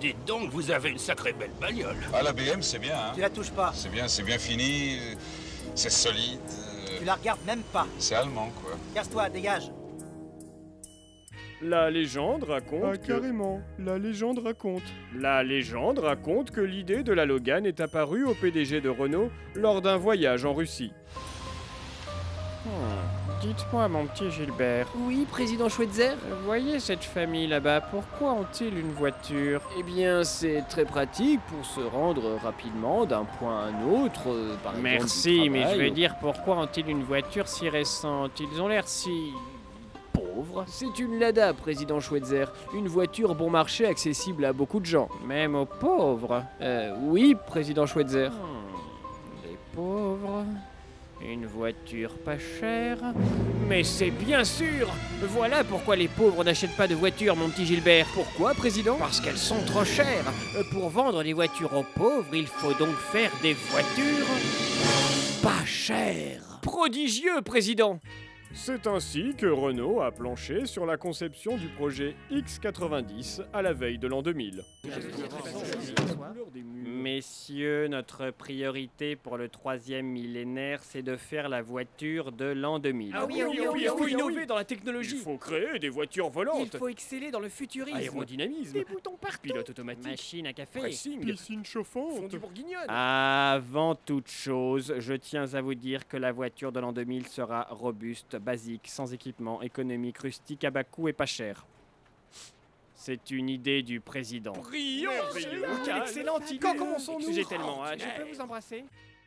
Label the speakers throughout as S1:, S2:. S1: Dites donc, vous avez une sacrée belle bagnole.
S2: Ah, la BM, c'est bien, hein
S3: Tu la touches pas.
S2: C'est bien, c'est bien fini, euh, c'est solide, euh,
S3: Tu la regardes même pas.
S2: c'est allemand, quoi.
S3: Casse-toi, dégage.
S4: La légende raconte
S5: Ah,
S4: que...
S5: carrément. La légende raconte.
S4: La légende raconte que l'idée de la Logan est apparue au PDG de Renault lors d'un voyage en Russie. Ah, Dites-moi, mon petit Gilbert,
S6: Hmm.
S4: Euh,
S6: Oui, président Schweitzer
S4: voyez cette famille là-bas, pourquoi ont-ils une voiture
S6: Eh bien, c'est très pratique pour se rendre rapidement d'un point à un autre. euh, par exemple, du
S4: Merci, mais je
S6: travail
S4: veux
S6: au-
S4: dire, pourquoi ont-ils une voiture si récente Ils ont l'air si...
S6: Pauvre. C'est une Lada, président Schweitzer. Une voiture bon marché accessible à beaucoup de gens.
S4: même aux pauvres.
S6: Euh, oui, président Schweitzer.
S4: Hmm, Les pauvres. Une voiture pas chère. Mais c'est bien sûr Voilà pourquoi les pauvres n'achètent pas de voiture, mon petit Gilbert.
S6: Pourquoi, président
S4: Parce qu'elles sont trop chères. Euh, Pour vendre des voitures aux pauvres, il faut donc faire des voitures
S6: Pas cher.
S4: prodigieux, Président. C'est ainsi que Renault a planché sur la conception du projet X90 à la veille de l'an 2000. Messieurs, notre priorité pour le troisième millénaire, c'est de faire la voiture de l'an 2000.
S6: Ah oui, ah oui, ah oui,
S4: il
S6: ah
S4: faut
S6: oui,
S4: innover dans la
S6: technologie.
S4: Il faut créer des voitures volantes.
S6: exceller dans le futurisme.
S4: Aérodynamisme.
S6: boutons partout.
S4: Pilote automatique. Machine à café. Pressing.
S5: Piscine chauffante.
S6: bourguignonne.
S4: Ah, Avant toute chose, je tiens à vous dire que la voiture de l'an 2000 sera robuste, basique, sans équipement, économique, rustique, à bas coût et pas chère. C'est une idée du président. Brillant, excellente idée. Quand commençons-nous J'ai tellement hâte. Je peux vous embrasser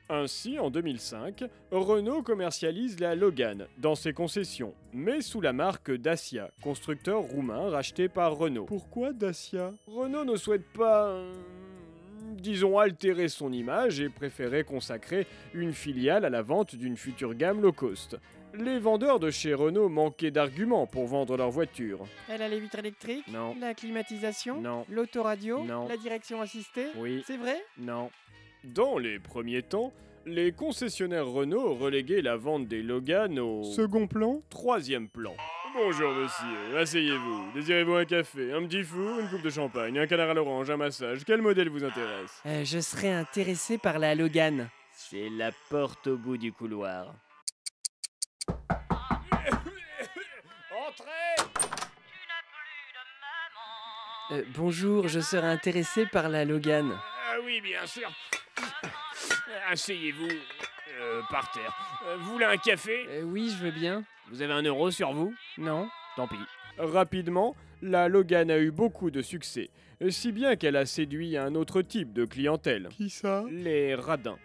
S4: ainsi, en 2005, Renault commercialise la Logan dans ses concessions, mais sous la marque Dacia, constructeur roumain racheté par Renault.
S5: Pourquoi Dacia
S4: Renault ne souhaite pas, euh, disons, altérer son image et préférait consacrer une filiale à la vente d'une future gamme low cost. Les vendeurs de chez Renault manquaient d'arguments pour vendre leurs voitures.
S7: Elle a les vitres électriques,
S4: Non,
S7: la climatisation,
S4: non,
S7: l'autoradio,
S4: Non.
S7: la direction assistée.
S4: oui,
S7: C'est vrai
S4: non. Dans les premiers temps, les concessionnaires Renault reléguaient la vente des Logan au
S5: Second plan
S4: troisième plan. Bonjour monsieur, asseyez-vous. Désirez-vous un café, un petit fou, une coupe de champagne, un canard à l'orange, un massage Quel modèle vous intéresse
S6: Euh, je serais intéressé par la Logan. C'est la porte au bout du couloir. Euh, bonjour, je serais intéressé par la Logan.
S4: Ah oui, bien sûr. Asseyez-vous euh, par terre. Euh, vous voulez un café
S6: Euh, oui, je veux bien.
S4: Vous avez un euro sur vous
S6: Non.
S4: Tant pis. Rapidement, la Logan a eu beaucoup de succès, si bien qu'elle a séduit un autre type de clientèle.
S5: Qui ça
S4: Les radins.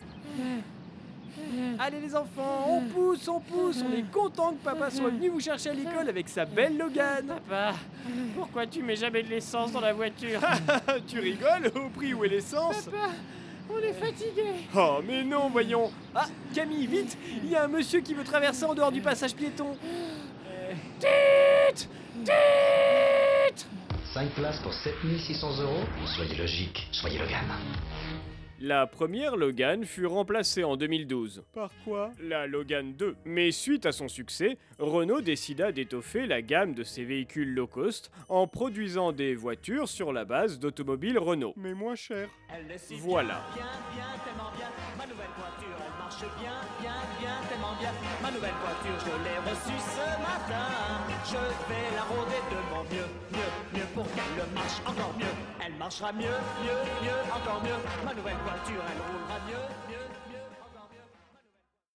S6: Allez les enfants, on pousse, on pousse, on est content que papa soit venu vous chercher à l'école avec sa belle Logan.
S4: Papa, pourquoi tu mets jamais de l'essence dans la voiture
S6: Tu rigoles au prix où est l'essence
S7: On est fatigué.
S4: Oh, mais non, voyons
S6: Ah, Camille, vite Il y a un monsieur qui veut traverser en dehors du passage piéton.
S4: La première Logan fut remplacée en 2012.
S5: Par quoi
S4: la Logan 2. Mais suite à son succès, Renault décida d'étoffer la gamme de ses véhicules low cost en produisant des voitures sur la base d'automobiles Renault.
S5: Mais moins cher.
S4: Voilà.
S8: mieux, mieux, encore mieux. Elle marchera mieux, mieux, mieux, encore mieux. Ma nouvelle voiture,